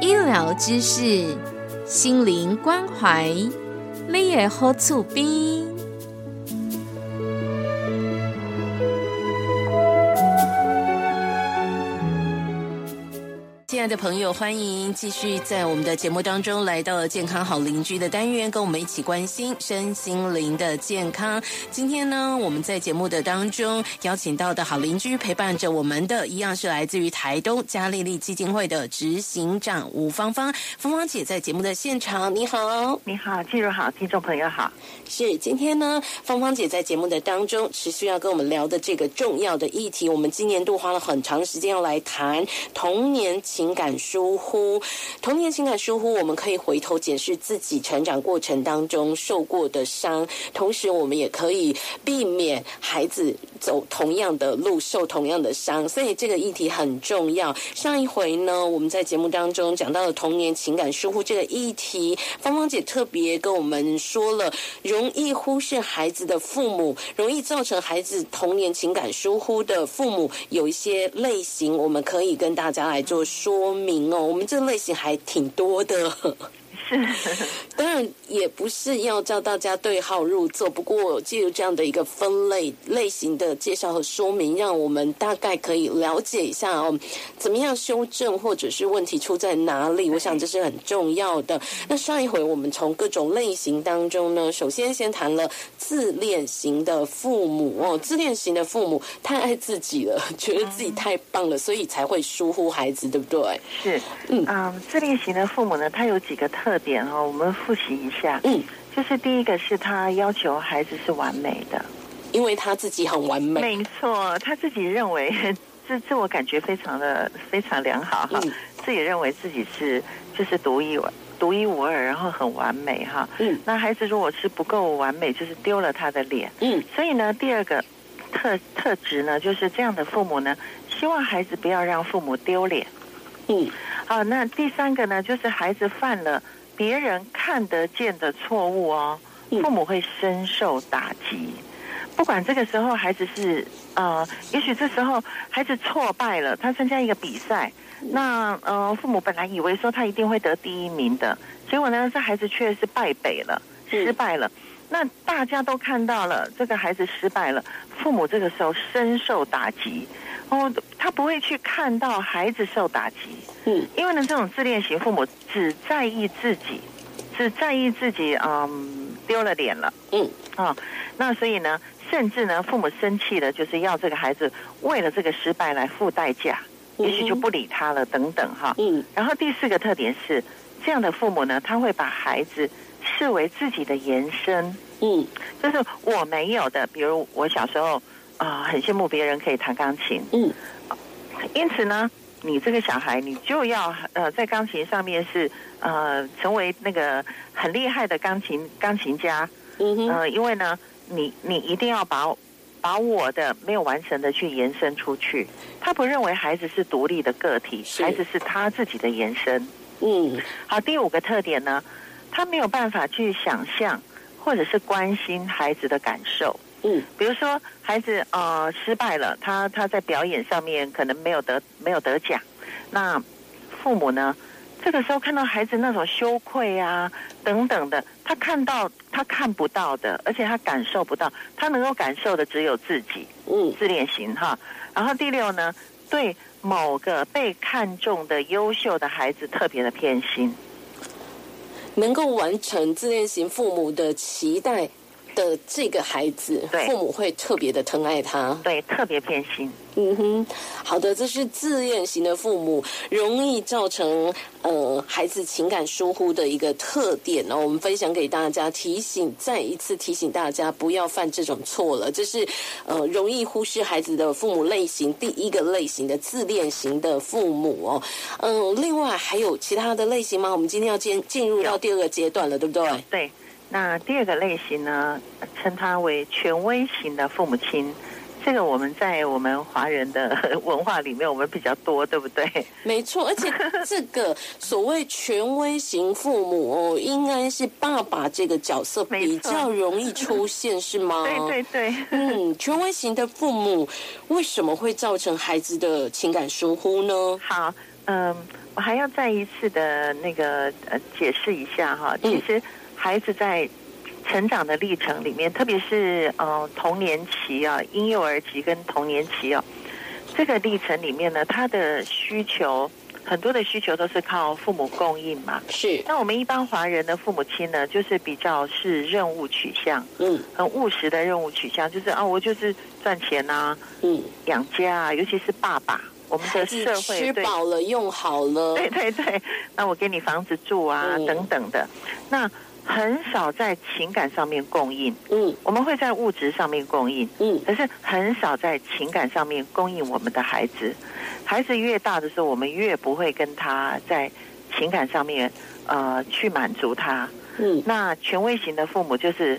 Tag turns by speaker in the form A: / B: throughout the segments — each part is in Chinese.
A: 医疗知识，心灵关怀，你的好厝边。亲爱的朋友，欢迎继续在我们的节目当中来到健康好邻居的单元，跟我们一起关心身心灵的健康。今天呢，我们在节目的当中邀请到的好邻居陪伴着我们的，一样是来自于台东嘉丽丽基金会的执行长吴芳芳。芳芳姐在节目的现场，你好。
B: 你好，记住好，听众朋友好。
A: 是，今天呢，芳芳姐在节目的当中持续要跟我们聊的这个重要的议题，我们今年度花了很长时间要来谈童年情感疏忽。童年情感疏忽，我们可以回头检视自己成长过程当中受过的伤，同时我们也可以避免孩子走同样的路，受同样的伤。所以这个议题很重要。上一回呢，我们在节目当中讲到了童年情感疏忽这个议题，芳芳姐特别跟我们说了。容易忽视孩子的父母，容易造成孩子童年情感疏忽的父母，有一些类型，我们可以跟大家来做说明哦。我们这类型还挺多的，
B: 是，
A: 当然也不是要叫大家对号入座，不过借由这样的一个分类类型的介绍和说明，让我们大概可以了解一下哦，怎么样修正或者是问题出在哪里。我想这是很重要的。那上一回我们从各种类型当中呢，首先先谈了自恋型的父母哦，自恋型的父母太爱自己了，觉得自己太棒了，所以才会疏忽孩子，对不对？
B: 是，
A: 嗯
B: 嗯，自恋型的父母呢，他有几个特点哦，我们复习一下。
A: 嗯，
B: 就是第一个是他要求孩子是完美的，
A: 因为他自己很完美，
B: 没错，他自己认为 自自我感觉非常的非常良好哈，
A: 嗯
B: 自己认为自己是就是独一无独一无二，然后很完美哈。
A: 嗯
B: 那孩子如果是不够完美，就是丢了他的脸。
A: 嗯
B: 所以呢，第二个特特质呢，就是这样的父母呢，希望孩子不要让父母丢脸。
A: 嗯
B: 好，那第三个呢，就是孩子犯了别人看得见的错误哦，
A: 嗯
B: 父母会深受打击。不管这个时候孩子是呃，也许这时候孩子挫败了，他参加一个比赛，那呃，父母本来以为说他一定会得第一名的，结果呢，这孩子却是败北了，
A: 嗯
B: 失败了。那大家都看到了，这个孩子失败了，父母这个时候深受打击，哦，他不会去看到孩子受打击，
A: 嗯
B: 因为呢，这种自恋型父母只在意自己，只在意自己，嗯，丢了脸了
A: 嗯
B: 啊、那所以呢，甚至呢，父母生气了，就是要这个孩子为了这个失败来付代价，
A: 嗯
B: 也许就不理他了，等等哈。
A: 嗯
B: 然后第四个特点是，这样的父母呢，他会把孩子视为自己的延伸，
A: 嗯
B: 就是我没有的。比如我小时候啊、很羡慕别人可以弹钢琴，
A: 嗯
B: 因此呢，你这个小孩，你就要呃，在钢琴上面是呃，成为那个很厉害的钢琴钢琴家。
A: 嗯哼
B: 呃，因为呢，你你一定要把把我的没有完成的去延伸出去。他不认为孩子是独立的个体，
A: 是
B: 孩子是他自己的延伸。
A: 嗯
B: 好，第五个特点呢，他没有办法去想象或者是关心孩子的感受。
A: 嗯
B: 比如说孩子呃失败了，他他在表演上面可能没有得没有得奖，那父母呢，这个时候看到孩子那种羞愧啊等等的，他看到他看不到的，而且他感受不到，他能够感受的只有自己
A: 嗯
B: 自恋型哈。然后第六呢，对某个被看重的优秀的孩子特别的偏心。
A: 能够完成自恋型父母的期待，的这个孩子，
B: 对
A: 父母会特别的疼爱他。
B: 对，特别偏心。
A: 嗯哼，好的，这是自恋型的父母容易造成呃孩子情感疏忽的一个特点哦。我们分享给大家，提醒再一次提醒大家不要犯这种错了。这是呃容易忽视孩子的父母类型第一个类型的自恋型的父母哦。嗯、另外还有其他的类型吗？我们今天要进进入到第二个阶段了，对不对？
B: 对，那第二个类型呢，称它为权威型的父母亲。这个我们在我们华人的 文化里面，我们比较多，对不对？
A: 没错， 而且这个所谓权威型父母哦，应该是爸爸这个角色比
B: 没错
A: 较容易出现，是吗？
B: 对对对。
A: 嗯，权威型的父母为什么会造成孩子的情感疏忽呢？
B: 好，嗯，我还要再一次的那个呃解释一下哈，
A: 嗯
B: 其实孩子在成长的历程里面，特别是呃童年期啊，婴幼儿期跟童年期啊，这个历程里面呢，他的需求很多的需求都是靠父母供应嘛。
A: 是，
B: 那我们一般华人的父母亲呢，就是比较是任务取向，
A: 嗯
B: 很务实的任务取向，就是啊，我就是赚钱呐、
A: 嗯，
B: 养家啊，尤其是爸爸，我们
A: 孩
B: 的
A: 子
B: 社会
A: 吃
B: 对
A: 饱了用好了，
B: 对对对，那我给你房子住啊，
A: 嗯
B: 等等的。那很少在情感上面供应，
A: 嗯
B: 我们会在物质上面供应，
A: 嗯，
B: 可是很少在情感上面供应我们的孩子。孩子越大的时候，我们越不会跟他在情感上面呃去满足他。
A: 嗯
B: 那权威型的父母就是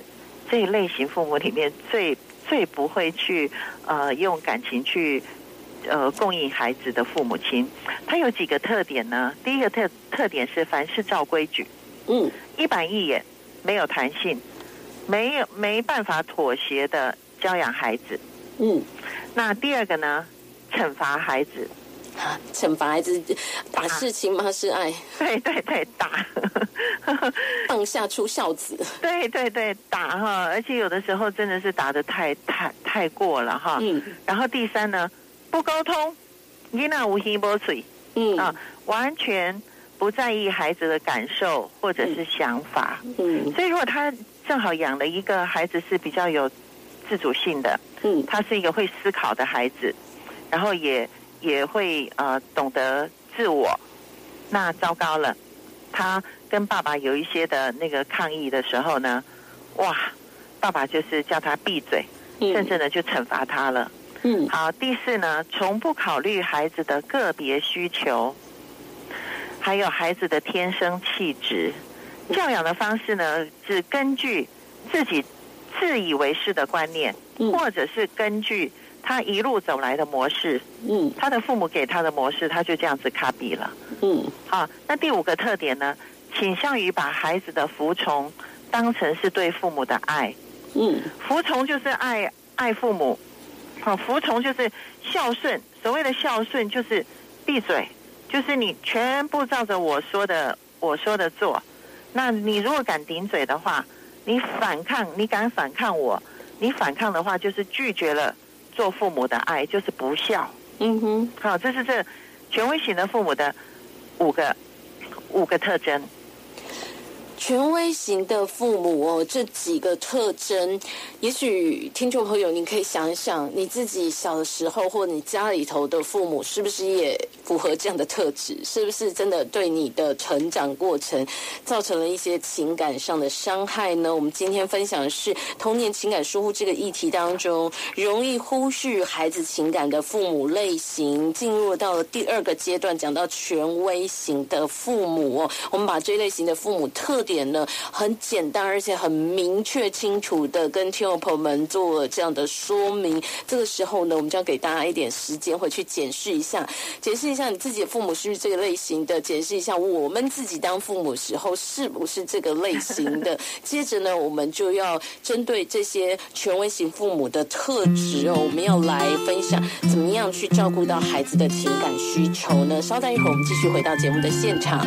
B: 这一类型父母里面最最不会去呃用感情去呃供应孩子的父母亲。他有几个特点呢？第一个特特点是凡事照规矩，
A: 嗯
B: 一板一眼，没有弹性，没有没办法妥协的教养孩子。
A: 嗯，
B: 那第二个呢？惩罚孩子，
A: 啊惩罚孩子，打是情，骂是爱，
B: 对对对，打，
A: 棒下出孝子，
B: 对对对，打哈，而且有的时候真的是打的太太太过了哈。
A: 嗯
B: 然后第三呢，不沟通，囡仔无心无嘴啊
A: 嗯，
B: 完全不在意孩子的感受或者是想法。
A: 嗯
B: 所以如果他正好养了一个孩子是比较有自主性的，
A: 嗯，
B: 他是一个会思考的孩子，然后也也会呃懂得自我，那糟糕了，他跟爸爸有一些的那个抗议的时候呢，哇，爸爸就是叫他闭嘴，甚至呢就惩罚他了。
A: 嗯
B: 好，第四呢，从不考虑孩子的个别需求，还有孩子的天生气质。教养的方式呢，只根据自己自以为是的观念，
A: 嗯
B: 或者是根据他一路走来的模式，
A: 嗯
B: 他的父母给他的模式，他就这样子 copy 了。
A: 嗯
B: 好，那第五个特点呢，倾向于把孩子的服从当成是对父母的爱。
A: 嗯
B: 服从就是爱爱父母，好，服从就是孝顺。所谓的孝顺就是闭嘴，就是你全部照着我说的我说的做。那你如果敢顶嘴的话，你反抗，你敢反抗我，你反抗的话就是拒绝了做父母的爱，就是不孝。
A: 嗯哼，
B: 好，这是这权威型的父母的五个五个特征。
A: 权威型的父母哦，这几个特征，也许听众朋友你可以想一想，你自己小的时候或你家里头的父母是不是也符合这样的特质？是不是真的对你的成长过程造成了一些情感上的伤害呢？我们今天分享的是童年情感疏忽这个议题当中，容易忽视孩子情感的父母类型，进入到了第二个阶段，讲到权威型的父母哦。我们把这类型的父母特点呢，很简单而且很明确清楚的跟听众朋友们做了这样的说明。这个时候呢，我们就要给大家一点时间回去检视一下，检视一下你自己的父母是不是这个类型的，检视一下我们自己当父母时候是不是这个类型的。接着呢，我们就要针对这些权威型父母的特质哦，我们要来分享怎么样去照顾到孩子的情感需求呢？稍待一会儿，我们继续回到节目的现场。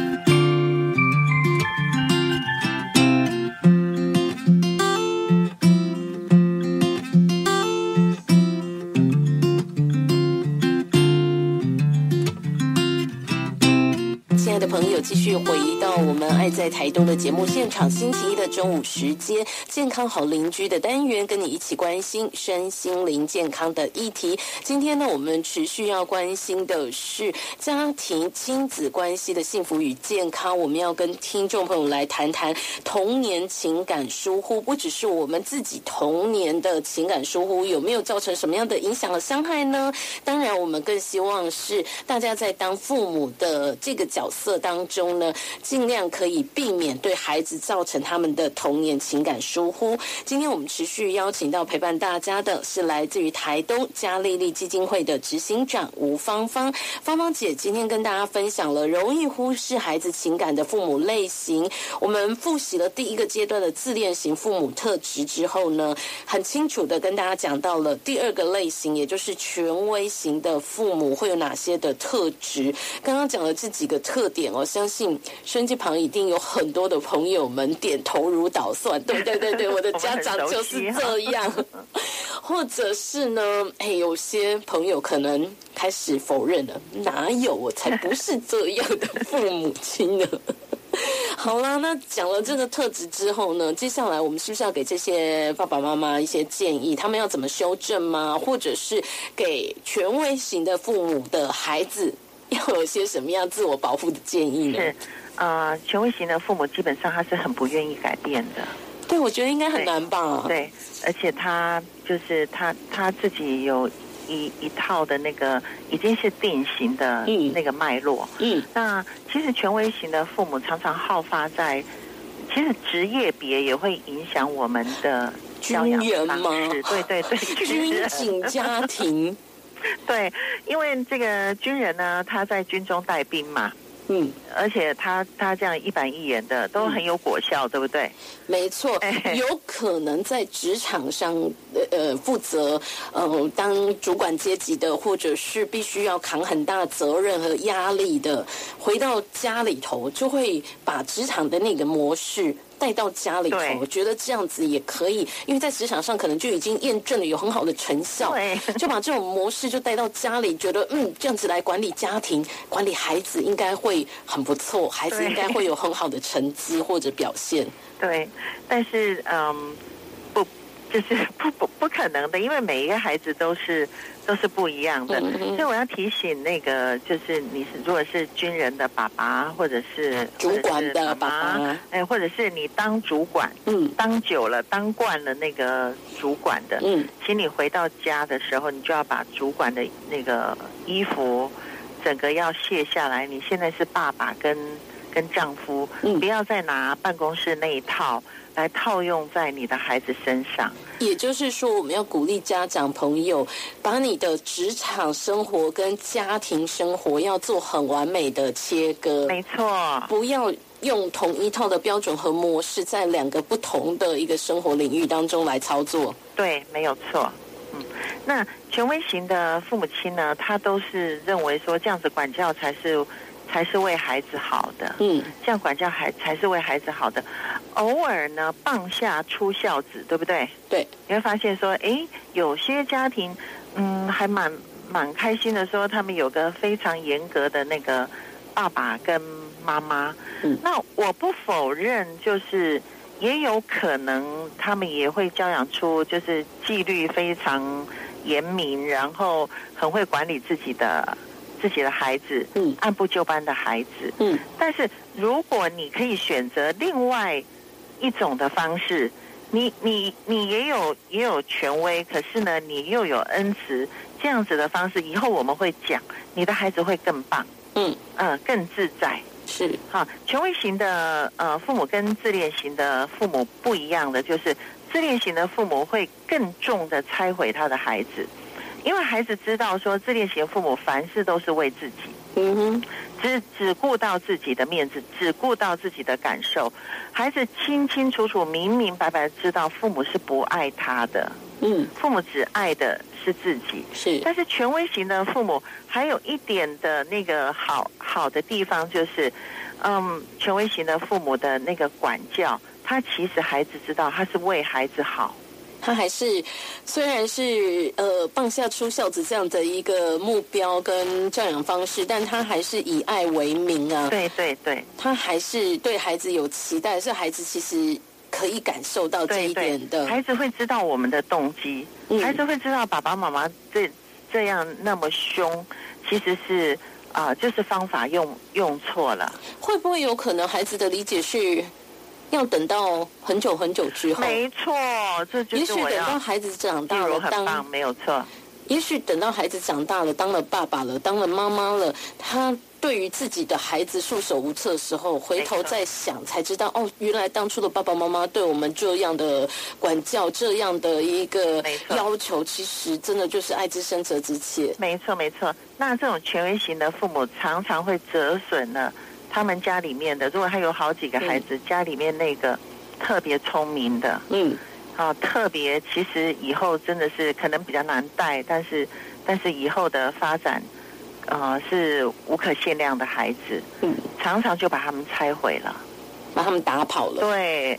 A: 亲爱爱的朋友，继续回到我们《爱在台东》的节目现场。星期一的中午时间，健康好邻居的单元，跟你一起关心身心灵健康的议题。今天呢，我们持续要关心的是家庭亲子关系的幸福与健康。我们要跟听众朋友来谈谈童年情感疏忽，不只是我们自己童年的情感疏忽有没有造成什么样的影响和伤害呢？当然，我们更希望是大家在当父母的这个角色当中呢，尽量可以避免对孩子造成他们的童年情感疏忽。今天我们持续邀请到陪伴大家的是来自于台东嘉丽丽基金会的执行长吴芳芳。芳芳姐今天跟大家分享了容易忽视孩子情感的父母类型。我们复习了第一个阶段的自恋型父母特质之后呢，很清楚的跟大家讲到了第二个类型，也就是权威型的父母会有哪些的特质。刚刚讲了这几个特点哦，相信身机旁一定有很多的朋友们点头如捣蒜，对不对？对对，我的家长就是这样。或者是呢，哎，有些朋友可能开始否认了，哪有我才不是这样的父母亲呢？ 好啦，那讲了这个特质之后呢，接下来我们是不是要给这些爸爸妈妈一些建议？他们要怎么修正吗？或者是给权威型的父母的孩子要有些什么样自我保护的建议呢？
B: 是，呃，权威型的父母基本上他是很不愿意改变的，
A: 对，我觉得应该很难吧。
B: 对，而且他就是他他自己有一一套的那个已经是定型的
A: 嗯
B: 那个脉络。
A: 嗯
B: 那其实权威型的父母常常好发在，其实职业别也会影响我们的教养
A: 军人吗
B: 方式。对对 对，
A: 军
B: 人
A: 警家庭，
B: 对，因为这个军人呢，他在军中带兵嘛，
A: 嗯，
B: 而且他他这样一板一眼的都很有果效，对不对？
A: 没错
B: 哎，
A: 有可能在职场上，呃呃，负责呃当主管阶级的，或者是必须要扛很大责任和压力的，回到家里头就会把职场的那个模式。带到家里头
B: 对，
A: 我觉得这样子也可以，因为在职场上可能就已经验证了有很好的成效，
B: 对
A: 就把这种模式就带到家里，觉得嗯这样子来管理家庭、管理孩子应该会很不错，孩子
B: 对
A: 应该会有很好的成绩或者表现。
B: 对，但是嗯，不，就是 不不不可能的，因为每一个孩子都是都是不一样的，
A: 嗯嗯嗯
B: 所以我要提醒那个，就是你是如果是军人的爸爸，或者是
A: 主管的
B: 或者是
A: 爸爸
B: 妈哎，或者是你当主管
A: 嗯
B: 当久了，当惯了那个主管的，
A: 嗯
B: 请你回到家的时候，你就要把主管的那个衣服整个要卸下来。你现在是爸爸跟跟丈夫，
A: 嗯
B: 不要再拿办公室那一套来套用在你的孩子身上。，
A: 也就是说，我们要鼓励家长朋友，把你的职场生活跟家庭生活要做很完美的切割，
B: 没错，
A: 不要用同一套的标准和模式，在两个不同的一个生活领域当中来操作。
B: 对，没有错。嗯，那权威型的父母亲呢，他都是认为说这样子管教才是才是为孩子好的。
A: 嗯，
B: 这样管教孩才是为孩子好的。偶尔呢，棒下出孝子，对不对？
A: 对，
B: 你会发现说，诶，有些家庭，嗯，还蛮蛮开心的说，他们有个非常严格的那个爸爸跟妈妈。
A: 嗯
B: 那我不否认，就是也有可能他们也会教养出就是纪律非常严明，然后很会管理自己的自己的孩子，
A: 嗯
B: 按部就班的孩子。
A: 嗯
B: 但是如果你可以选择另外一种的方式，你你你也有也有权威，可是呢，你又有恩慈，这样子的方式，以后我们会讲，你的孩子会更棒，
A: 嗯，
B: 呃，更自在。
A: 是，
B: 哈，权威型的呃父母跟自恋型的父母不一样的，就是自恋型的父母会更重的拆毁他的孩子，因为孩子知道说自恋型父母凡事都是为自己。
A: 嗯哼，
B: 只只顾到自己的面子，只顾到自己的感受，孩子清清楚楚、明明白白地知道父母是不爱他的，
A: 嗯
B: 父母只爱的是自己。
A: 是，
B: 但是权威型的父母还有一点的那个好好的地方就是，嗯，权威型的父母的那个管教，他其实孩子知道他是为孩子好，
A: 他还是虽然是呃棒下出孝子这样的一个目标跟教养方式，但他还是以爱为名啊，
B: 对对对
A: 他还是对孩子有期待，是孩子其实可以感受到这
B: 对
A: 一点
B: 对，
A: 的。
B: 孩子会知道我们的动机，
A: 嗯
B: 孩子会知道爸爸妈妈这这样那么凶，其实是啊、就是方法用用错了。
A: 会不会有可能孩子的理解是要等到很久很久之后？
B: 没错，这就
A: 也
B: 是
A: 许
B: 我
A: 等到
B: 要。
A: 孩子长
B: 例
A: 大
B: 如
A: 了，
B: 很
A: 当
B: 棒，没有错。
A: 也许等到孩子长大了，当了爸爸了，当了妈妈了，他对于自己的孩子束手无策的时候，回头再想，才知道哦，原来当初的爸爸妈妈对我们这样的管教，这样的一个
B: 没错
A: 要求，其实真的就是爱之深，责之切。
B: 没错，没错。那这种权威型的父母常常会折损了他们家里面的，如果他有好几个孩子，家里面那个特别聪明的，
A: 嗯，
B: 啊，特别其实以后真的是可能比较难带，但是但是以后的发展，呃，是无可限量的孩子，
A: 嗯，
B: 常常就把他们拆毁了。
A: 把他们打跑了。
B: 对，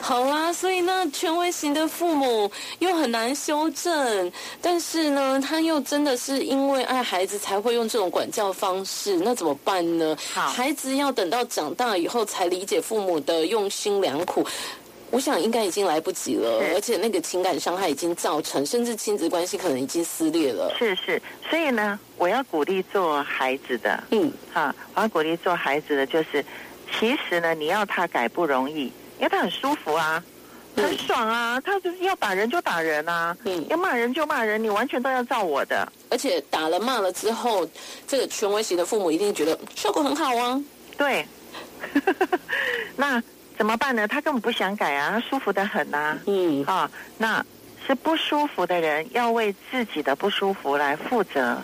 A: 好啦，所以呢，权威型的父母又很难修正，但是呢，他又真的是因为爱孩子才会用这种管教方式，那怎么办呢？
B: 好
A: 孩子要等到长大以后才理解父母的用心良苦。我想应该已经来不及了，
B: 是
A: 而且那个情感伤害已经造成，甚至亲子关系可能已经撕裂了。
B: 是是，所以呢，我要鼓励做孩子的，
A: 嗯，
B: 哈、我要鼓励做孩子的就是，其实呢，你要他改不容易，因为他很舒服啊。
A: 嗯
B: 很爽啊！他就是要打人就打人啊，
A: 嗯
B: 要骂人就骂人，你完全都要照我的。
A: 而且打了骂了之后，这个权威型的父母一定觉得嗯效果很好啊。
B: 对， 那怎么办呢？他根本不想改啊，他舒服的很呐、
A: 嗯
B: 啊。那是不舒服的人要为自己的不舒服来负责。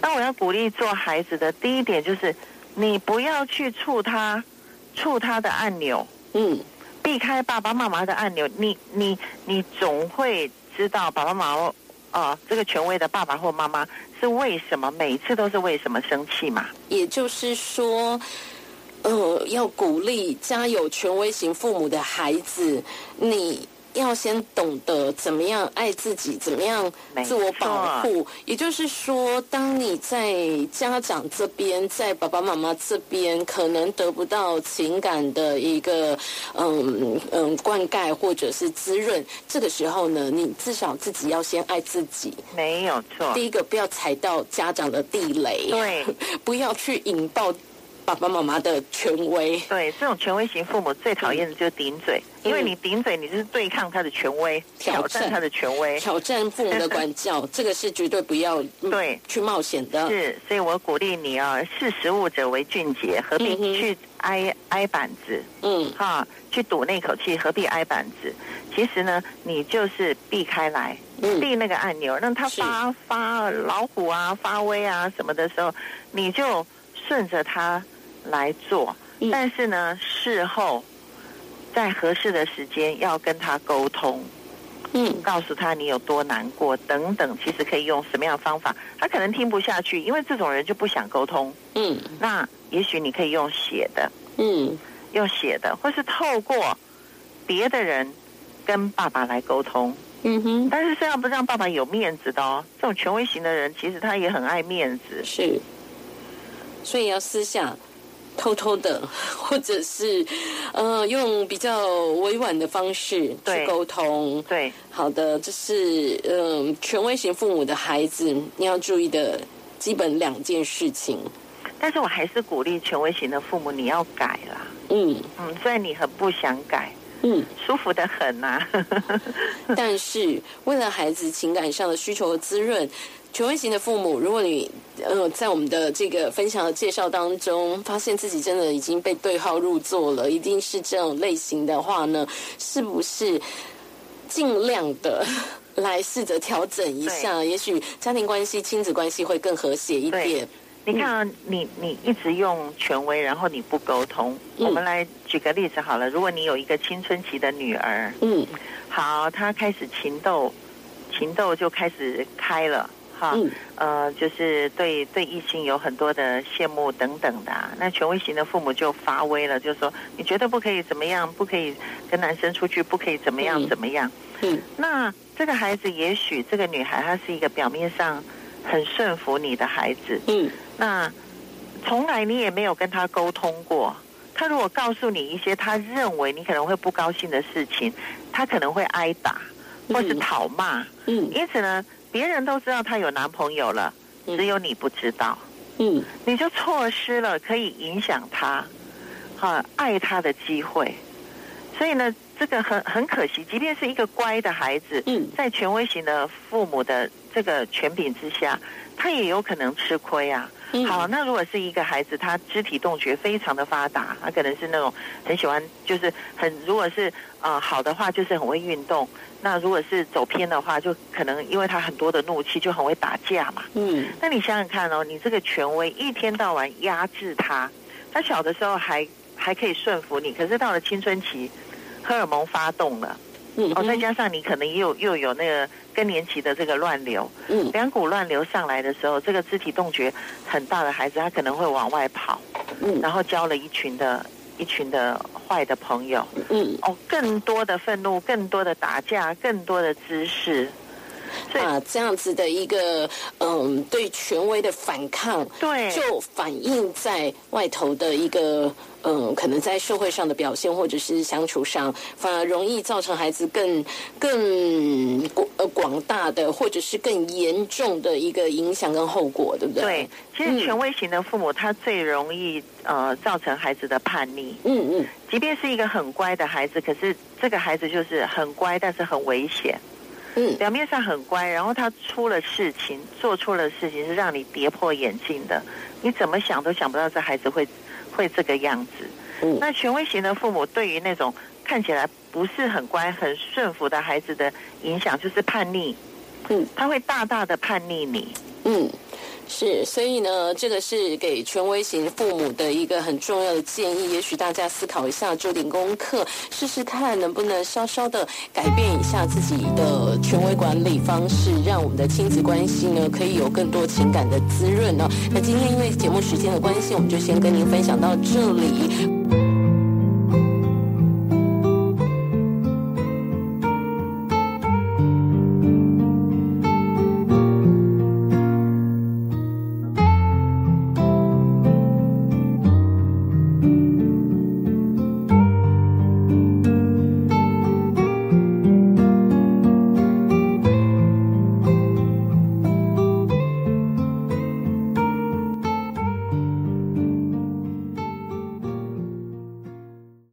B: 那我要鼓励做孩子的第一点就是，你不要去触他，触他的按钮，
A: 嗯，
B: 避开爸爸妈妈的按钮。你你你总会知道爸爸妈妈啊、这个权威的爸爸或妈妈是为什么每次都是为什么生气嘛？
A: 也就是说，呃，要鼓励家有权威型父母的孩子，你要先懂得怎么样爱自己，怎么样
B: 没
A: 自我保护。也就是说，当你在家长这边，在爸爸妈妈这边，可能得不到情感的一个嗯嗯灌溉或者是滋润，这个时候呢，你至少自己要先爱自己。
B: 没有错。
A: 第一个，不要踩到家长的地雷。
B: 对。
A: 不要去引爆爸爸妈妈的权威。
B: 对，这种权威型父母最讨厌的就是顶嘴，
A: 嗯
B: 因为你顶嘴，你就是对抗他的权威，
A: 挑
B: 挑战
A: 战
B: 他的权威。
A: 挑战父母的管 教，这个是绝对不要嗯
B: 对
A: 去冒险的。
B: 是，所以我鼓励你啊，识时务者为俊杰，何必
A: 嗯哼
B: 去挨挨板子
A: 嗯
B: 哈？去赌那口气，何必挨板子？其实呢，你就是避开来，
A: 嗯，
B: 避那个按钮，让他
A: 是
B: 发发老虎啊、发威啊什么的时候，你就顺着他来做。
A: 嗯
B: 但是呢，事后在合适的时间要跟他沟通，
A: 嗯
B: 告诉他你有多难过等等，其实可以用什么样的方法，他可能听不下去，因为这种人就不想沟通。
A: 嗯
B: 那也许你可以用写的，
A: 嗯
B: 用写的，或是透过别的人跟爸爸来沟通。
A: 嗯哼，
B: 但是这样不让爸爸有面子的哦。这种权威型的人，其实他也很爱面子。
A: 是。所以要私下偷偷的， 或者是呃用比较委婉的方式去
B: 对
A: 沟通。
B: 对，
A: 好的，这是嗯、权威型父母的孩子你要注意的基本两件事情。
B: 但是我还是鼓励权威型的父母，你要改啦。
A: 嗯
B: 嗯，虽然你很不想改，
A: 嗯。
B: 舒服的很啊呐、
A: 但是为了孩子情感上的需求和滋润，权威型的父母，如果你呃在我们的这个分享和介绍当中，发现自己真的已经被对号入座了，一定是这种类型的话呢，是不是尽量的来试着调整一下？也许家庭关系、亲子关系会更和谐一点
B: 对。 你看、啊，你你一直用权威，然后你不沟通。
A: 嗯
B: 我们来举个例子好了，如果你有一个青春期的女儿，
A: 嗯
B: 好，她开始情窦，情窦就开始开了，哈，
A: 嗯
B: 呃，就是对对异性有很多的羡慕等等的、啊。那权威型的父母就发威了，就说你绝对不可以怎么样，不可以跟男生出去，不可以怎么样
A: 嗯
B: 怎么样。
A: 嗯
B: 那这个孩子，也许这个女孩她是一个表面上很顺服你的孩子，
A: 嗯
B: 那从来你也没有跟他沟通过。他如果告诉你一些他认为你可能会不高兴的事情，他可能会挨打
A: 嗯
B: 或是讨骂。
A: 嗯
B: 因此呢，别人都知道她有男朋友了，
A: 嗯
B: 只有你不知道，
A: 嗯
B: 你就错失了可以影响她、哈、爱她的机会。所以呢，这个很很可惜，即便是一个乖的孩子，
A: 嗯
B: 在权威型的父母的这个权柄之下，他也有可能吃亏啊。
A: 嗯，
B: 好，那如果是一个孩子，他肢体动觉非常的发达，他可能是那种很喜欢，就是很如果是呃好的话，就是很会运动；那如果是走偏的话，就可能因为他很多的怒气，就很会打架嘛。
A: 嗯
B: 那你想想看哦，你这个权威一天到晚压制他，他小的时候还还可以顺服你，可是到了青春期，荷尔蒙发动了，
A: 嗯
B: 哦，再加上你可能又又有那个更年期的这个乱流，
A: 嗯
B: 两股乱流上来的时候，这个肢体动觉很大的孩子，他可能会往外跑，
A: 嗯
B: 然后交了一群的一群的坏的朋友，
A: 嗯
B: 哦，更多的愤怒，更多的打架，更多的姿势，所以、
A: 啊，这样子的一个嗯对权威的反抗，
B: 对
A: 就反映在外头的一个嗯，可能在社会上的表现或者是相处上，反而容易造成孩子更更广呃广大的或者是更严重的一个影响跟后果，对不对？
B: 对，，其
A: 嗯
B: 实权威型的父母，他最容易呃造成孩子的叛逆，
A: 嗯嗯
B: 即便是一个很乖的孩子，可是这个孩子就是很乖，但是很危险。
A: 嗯
B: 表面上很乖，然后他出了事情，做出了事情是让你跌破眼镜的，你怎么想都想不到这孩子会会这个样子。
A: 嗯
B: 那权威型的父母对于那种看起来不是很乖、很顺服的孩子的影响就是叛逆，
A: 嗯，
B: 他会大大的叛逆你。
A: 嗯，是，所以呢，这个是给权威型父母的一个很重要的建议，也许大家思考一下，做点功课，试试看能不能稍稍的改变一下自己的权威管理方式，让我们的亲子关系呢可以有更多情哦感的滋润呢、那今天因为节目时间的关系，我们就先跟您分享到这里。